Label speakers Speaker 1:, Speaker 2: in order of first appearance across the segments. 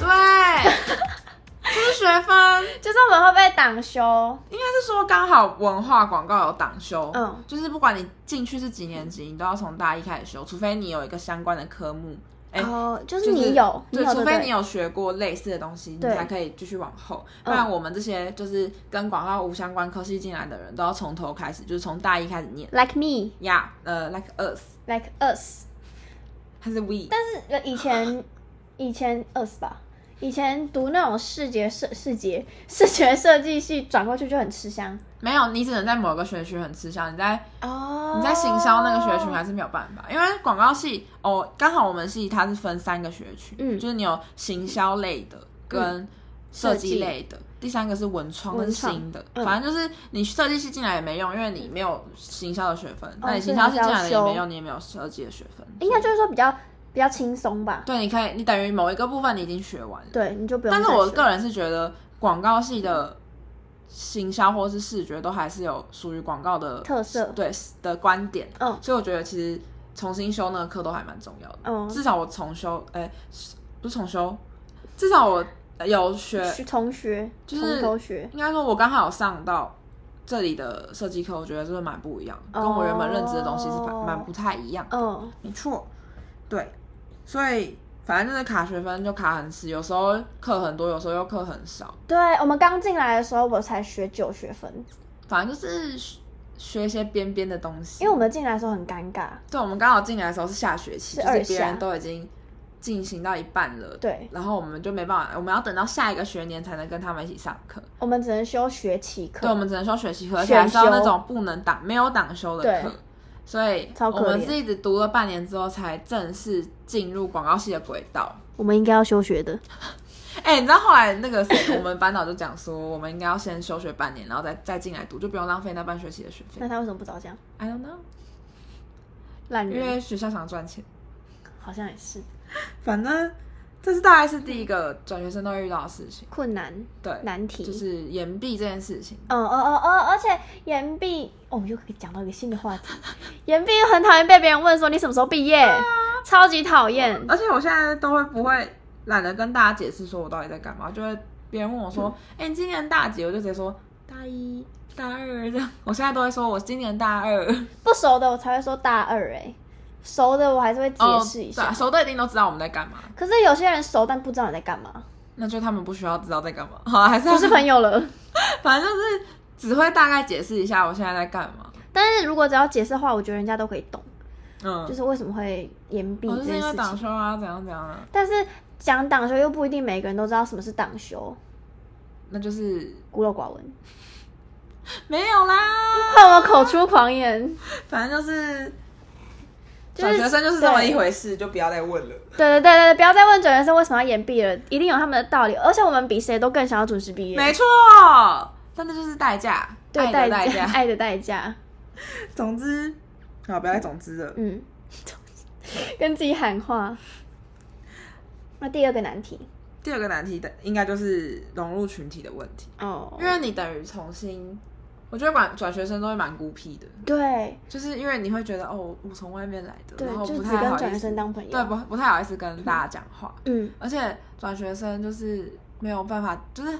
Speaker 1: 学分，
Speaker 2: 就是我们会被挡修，
Speaker 1: 应该是说刚好文化广告有党修，
Speaker 2: 嗯，
Speaker 1: 就是不管你进去是几年级，你都要从大一开始修，除非你有一个相关的科目，哎、
Speaker 2: 哦，就是
Speaker 1: 就
Speaker 2: 你有，
Speaker 1: 对，
Speaker 2: 有
Speaker 1: 除非你
Speaker 2: 有，
Speaker 1: 有学过类似的东西，你
Speaker 2: 对
Speaker 1: 才可以继续往后。不
Speaker 2: 嗯
Speaker 1: 然我们这些就是跟广告无相关科系进来的人，都要从头开始，就是从大一开始念
Speaker 2: like me
Speaker 1: 呀呃，like us
Speaker 2: like us。
Speaker 1: 还是 we，
Speaker 2: 但是呃以前以前 us 吧，以前读那种视觉设视觉视觉设计系转过去就很吃香
Speaker 1: 没有，你只能在某个学区很吃香，你在
Speaker 2: 哦
Speaker 1: 你在行销那个学群还是没有办法，因为广告系哦，刚好我们系它是分三个学区，
Speaker 2: 嗯
Speaker 1: 就是你有行销类的跟设计类的，第三个是文创，那
Speaker 2: 文
Speaker 1: 是
Speaker 2: 创
Speaker 1: 新的，
Speaker 2: 嗯
Speaker 1: 反正就是你设计系进来也没用，因为你没有行销的学分，那你
Speaker 2: 哦
Speaker 1: 行
Speaker 2: 所以
Speaker 1: 销系进来
Speaker 2: 还
Speaker 1: 了
Speaker 2: 是要
Speaker 1: 也
Speaker 2: 修
Speaker 1: 没用，你也没有设计的学分，
Speaker 2: 应该就是说比较比较轻松吧，
Speaker 1: 对，你可以，你等于某一个部分你已经学完了，
Speaker 2: 对，你就不用
Speaker 1: 但
Speaker 2: 再
Speaker 1: 是
Speaker 2: 学。
Speaker 1: 我个人是觉得广告系的行销或是视觉都还是有属于广告的
Speaker 2: 特色
Speaker 1: 对的观点。
Speaker 2: 嗯
Speaker 1: 所以我觉得其实重新修那个课都还蛮重要的。
Speaker 2: 嗯
Speaker 1: 至少我重修，哎、不是重修，至少我呃有学，
Speaker 2: 学同学
Speaker 1: 就是
Speaker 2: 从头学，
Speaker 1: 应该说我刚好有上到这里的设计课，我觉得真的蛮不一样的，跟我原本认知的东西是蛮
Speaker 2: 哦
Speaker 1: 蛮不太一样的。
Speaker 2: 嗯，
Speaker 1: 没错，对，所以反正就是卡学分就卡很死，有时候课很多，有时候又课很少，
Speaker 2: 对我们刚进来的时候我才学九学分，
Speaker 1: 反正就是学学一些边边的东西。
Speaker 2: 因为我们进来的时候很尴尬，
Speaker 1: 对，我们刚好进来的时候是下学期，就
Speaker 2: 是
Speaker 1: 是
Speaker 2: 二
Speaker 1: 别
Speaker 2: 下
Speaker 1: 人都已经进行到一半了，
Speaker 2: 对
Speaker 1: 然后我们就没办法，我们要等到下一个学年才能跟他们一起上课。
Speaker 2: 我们只能修学期课，
Speaker 1: 对，我们只能修学习课，而且
Speaker 2: 选
Speaker 1: 还是要那
Speaker 2: 修
Speaker 1: 种不能挡、没有挡修的
Speaker 2: 对
Speaker 1: 课。所以
Speaker 2: 超
Speaker 1: 我
Speaker 2: 可
Speaker 1: 们
Speaker 2: 怜
Speaker 1: 是一直读了半年之后，才正式进入广告系的轨道。
Speaker 2: 我们应该要休学的，
Speaker 1: 哎、你知道后来那个谁我们班导就讲说，我们应该要先休学半年，然后再再进来读，就不用浪费那半学期的学费。
Speaker 2: 那他为什么不早讲？
Speaker 1: I don't know，
Speaker 2: 烂
Speaker 1: 因
Speaker 2: 人
Speaker 1: 为学校想赚钱。
Speaker 2: 好像也是
Speaker 1: 反正这是大概是第一个转学生都会遇到的事情，
Speaker 2: 困难
Speaker 1: 对，
Speaker 2: 难题，
Speaker 1: 就是延毕这件事情。
Speaker 2: 嗯哦哦哦，而且岩壁，哦，又可以讲到一个新的话题。 岩壁很讨厌被别人问说你什么时候毕业，超级讨厌。
Speaker 1: 而且我现在都会不会懒得跟大家解释说我到底在干嘛，就会别人问我
Speaker 2: 嗯
Speaker 1: 说，哎、你今年大几？我就直接说大一、大二这样。我现在都会说我今年大二，
Speaker 2: 不熟的我才会说大二、欸，熟的我还是会 解释一
Speaker 1: 哦对
Speaker 2: 下。
Speaker 1: 啊熟的一定都知道我们在干嘛，
Speaker 2: 可是有些人熟但不知道你在干嘛，
Speaker 1: 那就他们不需要知道在干嘛。好、啊， 还是他
Speaker 2: 不
Speaker 1: 们
Speaker 2: 是朋友了。
Speaker 1: 反正就是只会大概解释一下我现在在干嘛。
Speaker 2: 但是如果只要解释的话，我觉得人家都可以懂，
Speaker 1: 嗯，
Speaker 2: 就是为什么会岩壁
Speaker 1: 我
Speaker 2: 这
Speaker 1: 就是
Speaker 2: 件
Speaker 1: 因为
Speaker 2: 事
Speaker 1: 党
Speaker 2: 情。
Speaker 1: 修啊，怎样怎样啊，
Speaker 2: 但是讲党修又不一定每个人都知道什么是党修，
Speaker 1: 那就是
Speaker 2: 孤陋寡闻，
Speaker 1: 没有啦。
Speaker 2: 换我呃口出狂言。
Speaker 1: 反正就是
Speaker 2: 就
Speaker 1: 转
Speaker 2: 是
Speaker 1: 学生就是这么一回事，就不要再问了。
Speaker 2: 对对对对，不要再问转学生为什么要延毕了，一定有他们的道理。而且我们比谁都更想要准时毕业，
Speaker 1: 没错，但那就是代价，
Speaker 2: 对
Speaker 1: 爱的
Speaker 2: 代
Speaker 1: 价。
Speaker 2: 爱的代价。
Speaker 1: 总之，好，不要再总之了。
Speaker 2: 嗯， 跟自己喊话。那第二个难题
Speaker 1: 第二个难题的应该就是融入群体的问题，
Speaker 2: 哦
Speaker 1: 因，为你等于重新。我觉得转转学生都会蛮孤僻的，
Speaker 2: 对
Speaker 1: 就是因为你会觉得哦，我从外面来的，
Speaker 2: 对
Speaker 1: 然后，
Speaker 2: 就
Speaker 1: 不
Speaker 2: 只
Speaker 1: 太
Speaker 2: 跟
Speaker 1: 好
Speaker 2: 转
Speaker 1: 意
Speaker 2: 学
Speaker 1: 思
Speaker 2: 生，当朋友。
Speaker 1: 对不不太好意思跟大家讲话。
Speaker 2: 嗯，
Speaker 1: 而且转学生就是没有办法，就是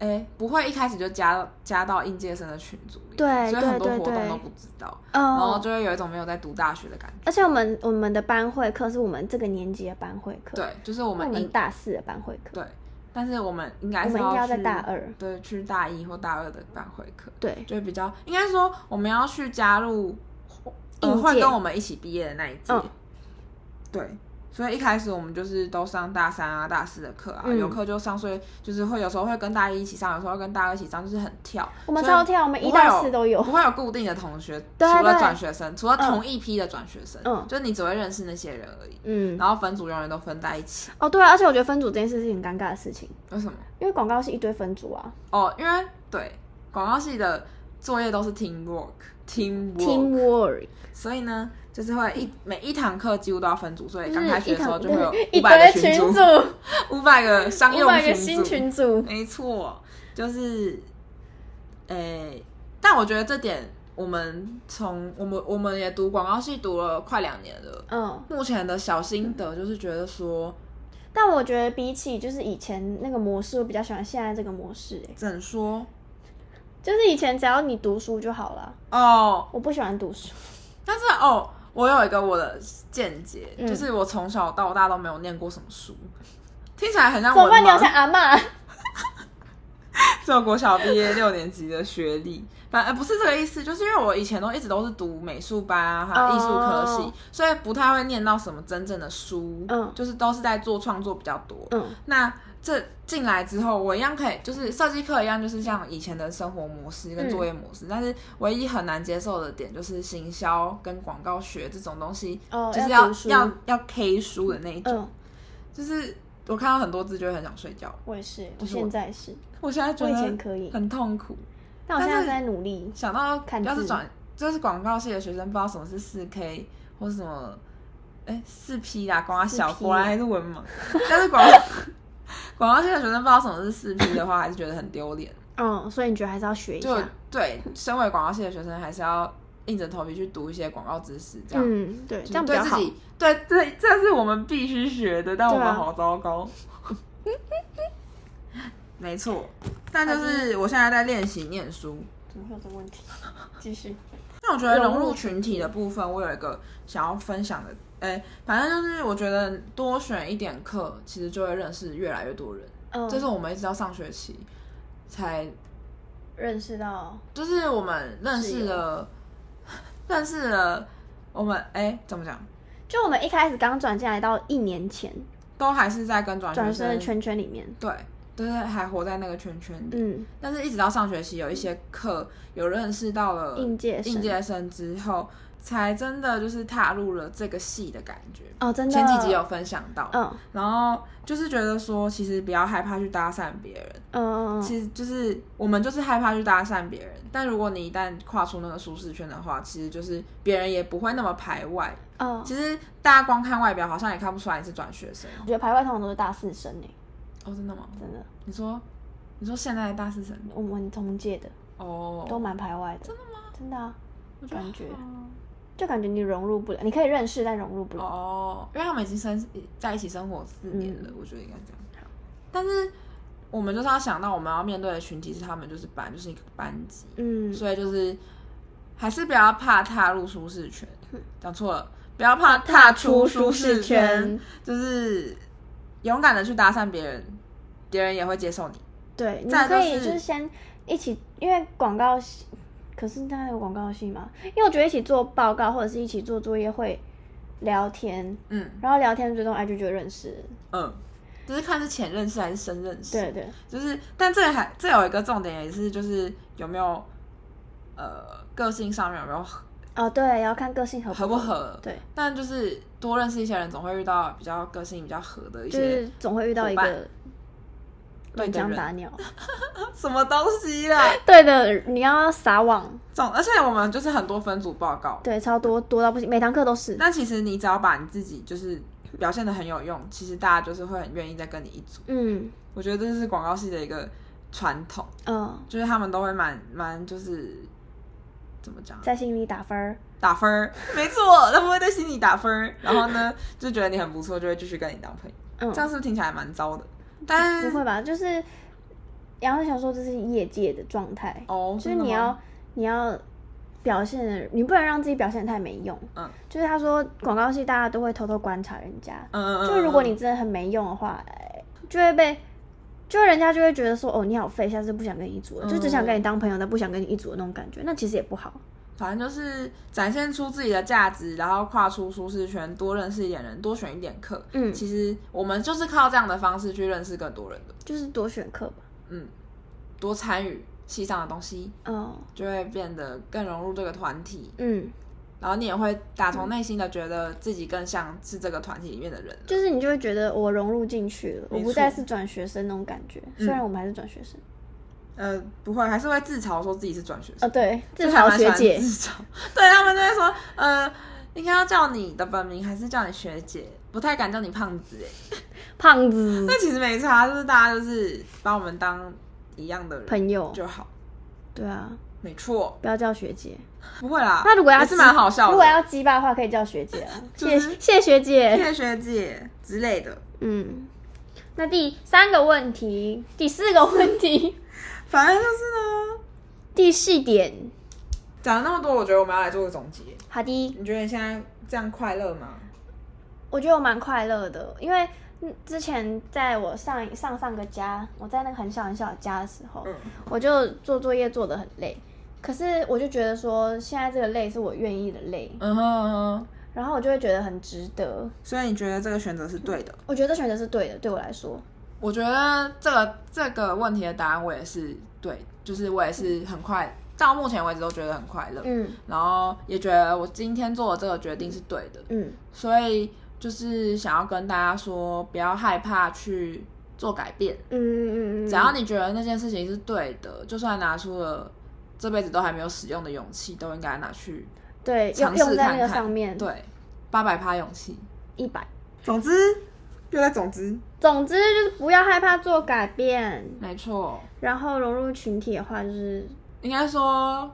Speaker 1: 哎、诶不会一开始就加到加到应届生的群组里，
Speaker 2: 对
Speaker 1: 所以很多
Speaker 2: 对对
Speaker 1: 活动
Speaker 2: 对
Speaker 1: 都不知道，然后
Speaker 2: 哦，
Speaker 1: 就会有一种没有在读大学的感觉。
Speaker 2: 而且我们我们的班会课是我们这个年级的班会课，，
Speaker 1: 对，就是我
Speaker 2: 我
Speaker 1: 们
Speaker 2: 们
Speaker 1: 应
Speaker 2: 大四的班会课，
Speaker 1: 对，但是我们应该
Speaker 2: 我
Speaker 1: 是
Speaker 2: 们应该要在
Speaker 1: 去
Speaker 2: 大二
Speaker 1: 对去大一或大二的班会课，
Speaker 2: 对，
Speaker 1: 就会比较应该说我们要去加入呃
Speaker 2: 应届
Speaker 1: 会跟我们一起毕业的那一届，
Speaker 2: 嗯
Speaker 1: 对。所以一开始我们就是都上大三啊、大四的课啊，
Speaker 2: 嗯
Speaker 1: 有课就上，所以就是会有时候会跟大一一起上，有时候会跟大二一起上，就是很跳。
Speaker 2: 我们
Speaker 1: 所以
Speaker 2: 超跳，我们一
Speaker 1: 不会
Speaker 2: 到四都有
Speaker 1: 不。会有固定的同学，
Speaker 2: 对啊
Speaker 1: 除了
Speaker 2: 对
Speaker 1: 转学生，除了同一批的转学生，
Speaker 2: 嗯
Speaker 1: 就是你只会认识那些人而已。
Speaker 2: 嗯，
Speaker 1: 然后分组永远都分在一起，
Speaker 2: 哦对啊，而且我觉得分组这件事是很尴尬的事情，
Speaker 1: 为什么？
Speaker 2: 因为广告是一堆分组啊
Speaker 1: 哦，因为对广告系的作业都是 teamwork，teamwork，
Speaker 2: ，teamwork。
Speaker 1: 所以呢，就是会一每一堂课几乎都要分组，所以
Speaker 2: 就
Speaker 1: 哎刚
Speaker 2: 是
Speaker 1: 开学
Speaker 2: 一
Speaker 1: 的时候
Speaker 2: 堂
Speaker 1: 就会有
Speaker 2: 对
Speaker 1: 五
Speaker 2: 一
Speaker 1: 百
Speaker 2: 堆
Speaker 1: 个
Speaker 2: 群
Speaker 1: 组，
Speaker 2: 组，
Speaker 1: 五百个商
Speaker 2: 五
Speaker 1: 用
Speaker 2: 百个
Speaker 1: 群
Speaker 2: 新
Speaker 1: 组，
Speaker 2: 群组，
Speaker 1: 没错，就是，诶、但我觉得这点我们从我们我们也读广告系读了快两年了，
Speaker 2: 嗯，
Speaker 1: 目前的小心得就是觉得说，
Speaker 2: 但我觉得比起就是以前那个模式，我比较喜欢现在这个模式、欸，
Speaker 1: 怎说？
Speaker 2: 就是以前只要你读书就好了，
Speaker 1: 哦，
Speaker 2: 我不喜欢读书。
Speaker 1: 但是哦，我有一个我的见解，
Speaker 2: 嗯
Speaker 1: 就是我从小到大都没有念过什么书，听起来很像
Speaker 2: 怎么
Speaker 1: 文
Speaker 2: 办？你好像
Speaker 1: 盲，
Speaker 2: 阿妈，
Speaker 1: 只有国小毕业六年级的学历。反正、呃不是这个意思，就是因为我以前都一直都是读美术班啊，还有艺术科系
Speaker 2: 哦
Speaker 1: 所以不太会念到什么真正的书，
Speaker 2: 嗯
Speaker 1: 就是都是在做创作比较多。
Speaker 2: 嗯
Speaker 1: 那这进来之后，我一样可以，就是设计课一样，就是像以前的生活模式跟作业模
Speaker 2: 嗯
Speaker 1: 式，但是唯一很难接受的点就是行销跟广告学这种东西，
Speaker 2: 哦
Speaker 1: 就是
Speaker 2: 要
Speaker 1: 要
Speaker 2: 读书
Speaker 1: 要要 K 书的那一种，
Speaker 2: 嗯，
Speaker 1: 就是我看到很多字就会很想睡觉，
Speaker 2: 我也是，我
Speaker 1: 就是我
Speaker 2: 现在也是，
Speaker 1: 我现在觉
Speaker 2: 我以前可
Speaker 1: 得
Speaker 2: 以
Speaker 1: 很痛苦，
Speaker 2: 但我现
Speaker 1: 但
Speaker 2: 在
Speaker 1: 是
Speaker 2: 在努力。
Speaker 1: 想到
Speaker 2: 看字
Speaker 1: 要是转就是广告系的学生，不知道什么是四 K 或是什么，哎四 P 啦，广告小
Speaker 2: 4P
Speaker 1: 果然还是文盲。 但是广告广告系的学生不知道什么是四 P 的话，还是觉得很丢 脸。
Speaker 2: 嗯，所以你觉得还是要啊学一
Speaker 1: 就
Speaker 2: 下？
Speaker 1: 对，身为广告系的学生，还是要硬着头皮去读一些广告知识，这样。
Speaker 2: 嗯，对，
Speaker 1: 就
Speaker 2: 这样比
Speaker 1: 对
Speaker 2: 较
Speaker 1: 自
Speaker 2: 好。
Speaker 1: 己，对对，这是我们必须学的，但我
Speaker 2: 对
Speaker 1: 们
Speaker 2: 啊
Speaker 1: 好糟糕。 没错，但就是我现在在练习念书，
Speaker 2: 怎么会有这个问题？继续。
Speaker 1: 那我觉得融
Speaker 2: 融
Speaker 1: 入
Speaker 2: 入
Speaker 1: 群体的部分，我有一个想要分享的，诶、反正就是我觉得多选一点课，其实就会认识越来越多人。
Speaker 2: 嗯，
Speaker 1: 这是我们一直到上学期才，
Speaker 2: 认识到
Speaker 1: 就是我们认识
Speaker 2: 哦
Speaker 1: 了， 认识了我们诶、怎么讲，
Speaker 2: 就我们一开始刚转进来到一年前，
Speaker 1: 都还是在跟转
Speaker 2: 转
Speaker 1: 学
Speaker 2: 生的
Speaker 1: 生，
Speaker 2: 圈圈里面，
Speaker 1: 对，就是还活在那个圈圈里。
Speaker 2: 嗯，
Speaker 1: 但是一直到上学期有一些课有认识到了
Speaker 2: 应届生
Speaker 1: 呃应届生之后，才真的就是踏入了这个系的感觉。
Speaker 2: 哦，真的，
Speaker 1: 前几集有，分享到，
Speaker 2: 嗯
Speaker 1: 然后就是觉得说，其实不要害怕去搭讪别人，
Speaker 2: 嗯嗯嗯，
Speaker 1: 其实就是我们就是害怕去搭讪别人，但如果你一旦跨出那个舒适圈的话，其实就是别人也不会那么排外。
Speaker 2: 哦，
Speaker 1: 其实大家光看外表，好像也看不出来你是转学生。
Speaker 2: 我觉得排外通常都是大四生欸诶，
Speaker 1: 哦，真的吗？
Speaker 2: 嗯真的，
Speaker 1: 你说，你说现在的大四生
Speaker 2: 我们同届的都
Speaker 1: 哦，
Speaker 2: 蛮排外的，真的吗？真的啊，
Speaker 1: 我觉得
Speaker 2: 感觉
Speaker 1: 好
Speaker 2: 就感觉你融入不了，你可以认识，但融入不了。
Speaker 1: 哦，因为他们已经生在一起生活四年了，
Speaker 2: 嗯
Speaker 1: 我觉得应该这样。但是我们就是要想到，我们要面对的群体是他们，就是班，就是一个班级，
Speaker 2: 嗯，
Speaker 1: 所以就是还是不要怕踏入舒适圈，讲错了，不要怕踏出舒适圈，，就是勇敢的去搭讪别人，别人也会接受你。
Speaker 2: 对，你
Speaker 1: 再来
Speaker 2: 可
Speaker 1: 就
Speaker 2: 以
Speaker 1: 是
Speaker 2: 就是先一起，因为广告系，可是那有广告系吗？因为我觉得一起做报告或者是一起做作业会聊天，
Speaker 1: 嗯
Speaker 2: 然后聊天追踪 IG 就认识了，
Speaker 1: 嗯，就是看是浅认识还是深认识。
Speaker 2: 对对，
Speaker 1: 就是，但这还这有一个重点也是，就是有没有呃个性上面有没有合
Speaker 2: 哦对，要看个性合
Speaker 1: 合不合？
Speaker 2: 对，
Speaker 1: 但就是多认识一些人，总会遇到比较个性比较合的一
Speaker 2: 就
Speaker 1: 些
Speaker 2: 是总会遇到一
Speaker 1: 伙
Speaker 2: 个
Speaker 1: 伴
Speaker 2: 乱枪
Speaker 1: 对的人
Speaker 2: 打鸟，
Speaker 1: 什么东西啦。
Speaker 2: 对的，你要撒网，
Speaker 1: 总而且我们就是很多分组报告，
Speaker 2: 对，超多多到不行，每堂课都是，
Speaker 1: 但其实你只要把你自己就是表现的很有用，其实大家就是会很愿意再跟你一组。
Speaker 2: 嗯
Speaker 1: 我觉得这是广告系的一个传统，
Speaker 2: 嗯，
Speaker 1: 就是他们都会蛮蛮就是怎么讲啊，
Speaker 2: 在心里打分儿，
Speaker 1: 打分儿，没错，他们会在心里打分儿，然后呢就觉得你很不错，就会继续跟你当朋友。
Speaker 2: 嗯
Speaker 1: 这，样是不是听起来蛮糟的？但
Speaker 2: 不会吧？就是然后想说这是业界的状态，
Speaker 1: 哦，
Speaker 2: 就是
Speaker 1: 真的
Speaker 2: 你
Speaker 1: 吗
Speaker 2: 要你要表现得，你不能让自己表现得太没用。
Speaker 1: 嗯，
Speaker 2: 就是他说广告系大家都会偷偷观察人家，
Speaker 1: 嗯嗯嗯，
Speaker 2: 就如果
Speaker 1: 嗯
Speaker 2: 你真的很没用的话，哎就会被。就人家就会觉得说，哦，你好废，下次不想跟你一组了，就只想
Speaker 1: 嗯
Speaker 2: 跟你当朋友，但不想跟你一组的那种感觉，那其实也不好。
Speaker 1: 反正就是展现出自己的价值，然后跨出舒适圈，多认识一点人，多选一点课。
Speaker 2: 嗯
Speaker 1: 其实我们就是靠这样的方式去认识更多人的，
Speaker 2: 就是多选课吧，
Speaker 1: 嗯，多参与系上的东西，
Speaker 2: 嗯
Speaker 1: 就会变得更融入这个团体，
Speaker 2: 嗯，
Speaker 1: 然后你也会打从内心的觉得自己更像是这个团体里面的人了。
Speaker 2: 就是你就会觉得我融入进去了，
Speaker 1: 没
Speaker 2: 我
Speaker 1: 错嗯
Speaker 2: 不再是转学生那种感觉。虽然我们还是转学生，
Speaker 1: 呃，不会，还是会自嘲说自己是转学
Speaker 2: 啊，
Speaker 1: 生。
Speaker 2: 对，自
Speaker 1: 就还
Speaker 2: 嘲
Speaker 1: 蛮喜
Speaker 2: 学
Speaker 1: 欢
Speaker 2: 姐
Speaker 1: 自，嘲。对他们就会说，呃，应该要叫你的本名还是叫你学姐？不太敢叫你胖子哎。
Speaker 2: 胖子
Speaker 1: 那 其实没差，就是大家就是把我们当一样的人
Speaker 2: 朋友，
Speaker 1: 就好，
Speaker 2: 对啊，
Speaker 1: 没错，
Speaker 2: 不要叫学姐。
Speaker 1: 不会啦。
Speaker 2: 那如果要
Speaker 1: 也是蛮好笑的，
Speaker 2: 如果要鸡巴的话，可以叫学姐啊，
Speaker 1: 就是
Speaker 2: 谢谢谢学
Speaker 1: 谢
Speaker 2: 姐。
Speaker 1: 谢学姐之类的。
Speaker 2: 嗯，那第三个问题，第四个问题，
Speaker 1: 反正就是呢，
Speaker 2: 第四点，
Speaker 1: 讲了那么多，我觉得我们要来做个总结。
Speaker 2: 好的，
Speaker 1: 你觉得你现在这样快乐吗？
Speaker 2: 我觉得我蛮快乐的，因为嗯之前在我上一上上个家，我在那个很小很小的家的时候，
Speaker 1: 嗯
Speaker 2: 我就做作业做的很累，可是我就觉得说现在这个累是我愿意的累，
Speaker 1: 嗯哼嗯哼，
Speaker 2: 然后我就会觉得很值得。
Speaker 1: 所以你觉得这个选择是对的？
Speaker 2: 我觉得这选择是对的，对我来说，
Speaker 1: 我觉得这个这个问题的答案我也是对，就是我也是很快，到目前为止都觉得很快乐，
Speaker 2: 嗯
Speaker 1: 然后也觉得我今天做的这个决定是对的，
Speaker 2: 嗯
Speaker 1: 所以就是想要跟大家说，不要害怕去做改变，
Speaker 2: 嗯嗯嗯，
Speaker 1: 只要你觉得那件事情是对的，就算拿出了这辈子都还没有使用的勇气，都应该拿去
Speaker 2: 对用
Speaker 1: 尝试
Speaker 2: 用在那
Speaker 1: 看
Speaker 2: 个
Speaker 1: 看。
Speaker 2: 上面，，
Speaker 1: 对，八百趴勇气。
Speaker 2: 一百。
Speaker 1: 总之，又在总之，
Speaker 2: 总之就是不要害怕做改变，
Speaker 1: 没错，
Speaker 2: 然后融入群体的话，就是
Speaker 1: 应该说，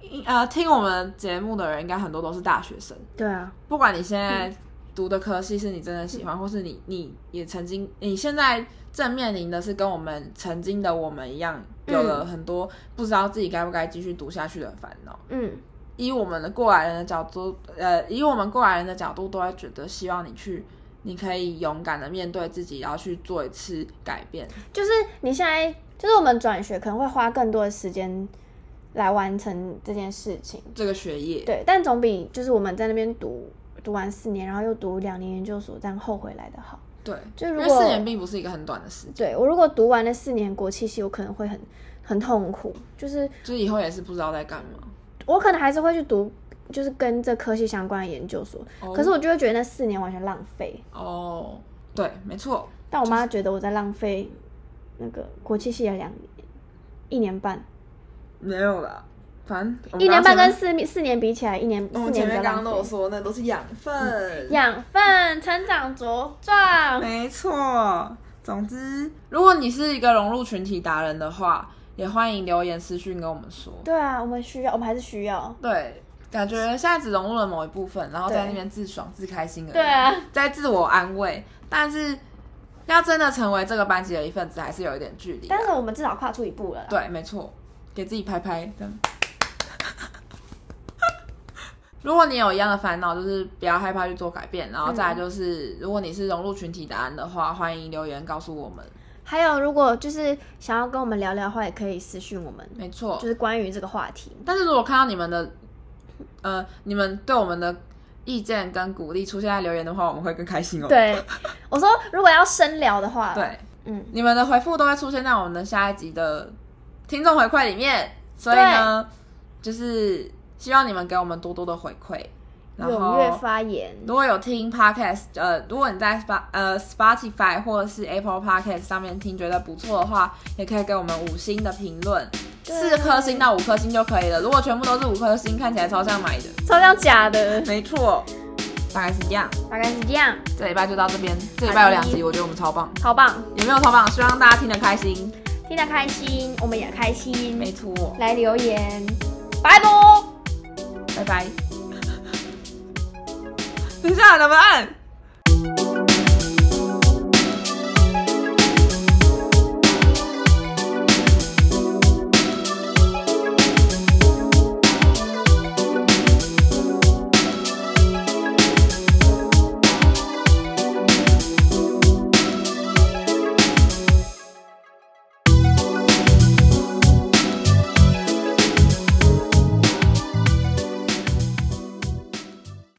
Speaker 1: 应呃，听我们节目的人应该很多都是大学生，
Speaker 2: 对啊，
Speaker 1: 不管你现
Speaker 2: 嗯
Speaker 1: 在读的科系是你真的喜欢，或是你你也曾经，你现在正面临的是跟我们曾经的我们一样，有
Speaker 2: 嗯
Speaker 1: 了很多不知道自己该不该继续读下去的烦恼。
Speaker 2: 嗯
Speaker 1: 以我们的过来人的角度，呃，以我们过来人的角度，都会觉得希望你去，你可以勇敢的面对自己，然后去做一次改变。
Speaker 2: 就是你现在就是我们转学可能会花更多的时间来完成这件事情，
Speaker 1: 这个学业，
Speaker 2: 对，但总比就是我们在那边读读完四年，然后又读两年研究所，这样后悔来的好。
Speaker 1: 对，
Speaker 2: 就
Speaker 1: 因
Speaker 2: 如
Speaker 1: 为
Speaker 2: 果
Speaker 1: 四年并不是一个很短的时间，
Speaker 2: 对我如果读完了四年国际系，我可能会很很痛苦，就是
Speaker 1: 就是以后也是不知道在干嘛。
Speaker 2: 我可能还是会去读。就是跟这科系相关的研究所
Speaker 1: 哦
Speaker 2: 可是我就会觉得那四年完全浪费。
Speaker 1: 哦，对，没错，
Speaker 2: 但我妈觉得我在浪费那个国际系的两年，一年半，
Speaker 1: 没有啦，反正我们
Speaker 2: 一年半
Speaker 1: 刚
Speaker 2: 跟
Speaker 1: 前
Speaker 2: 四年四年比起来，一年
Speaker 1: 面我
Speaker 2: 四
Speaker 1: 们
Speaker 2: 年
Speaker 1: 哦前面
Speaker 2: 比较
Speaker 1: 刚刚都
Speaker 2: 浪
Speaker 1: 有
Speaker 2: 费。
Speaker 1: 说，那都是养分。
Speaker 2: 养分、成长、茁壮，
Speaker 1: 没错，总之，如果你是一个融入群体达人的话，也欢迎留言私讯跟我们说。
Speaker 2: 对啊，我们需要，我们还是需要。
Speaker 1: 对，感觉现在只融入了某一部分，然后在
Speaker 2: 对
Speaker 1: 那边自爽、自开心而已，
Speaker 2: 对啊，
Speaker 1: 在自我安慰。但是要真的成为这个班级的一份子，还是有一点距离啊。
Speaker 2: 但是我们至少跨出一步了啦。
Speaker 1: 对，没错，给自己拍拍。这样 如果你有一样的烦恼，就是不要害怕去做改变，然后再来就是，如果你是融入群体答案的话，欢迎留言告诉我们。
Speaker 2: 还有，如果就是想要跟我们聊聊的话，也可以私讯我们，
Speaker 1: 没错
Speaker 2: 就，是关于这个话题。
Speaker 1: 但是如果看到你们的，呃，你们对我们的意见跟鼓励出现在留言的话，我们会更开心哦。
Speaker 2: 对，我说如果要深聊的话，，
Speaker 1: 对，
Speaker 2: 嗯，
Speaker 1: 你们的回复都会出现在我们的下一集的听众回馈里面，所以呢，就是希望你们给我们多多的回馈，然
Speaker 2: 踊跃
Speaker 1: 后。
Speaker 2: 发言，
Speaker 1: 如果有听 podcast，呃，如果你在 Sp 呃 Spotify 或者是 Apple Podcast 上面听觉得不错的话，也可以给我们五星的评论，
Speaker 2: 对
Speaker 1: 四颗星到五颗星就可以了。如果全部都是五颗星，看起来超像买的。
Speaker 2: 超像假的，
Speaker 1: 没错，大概是这样。
Speaker 2: 大概是这样，
Speaker 1: 这礼拜就到这边，这礼拜有两
Speaker 2: 好
Speaker 1: 集，
Speaker 2: 的
Speaker 1: 我觉得我们超棒，
Speaker 2: 超棒，
Speaker 1: 有没有超棒？希望大家听得开心。
Speaker 2: 听得开心，我们也开心，
Speaker 1: 没错，
Speaker 2: 来留言，拜拜。
Speaker 1: 拜拜。等一下，怎么按？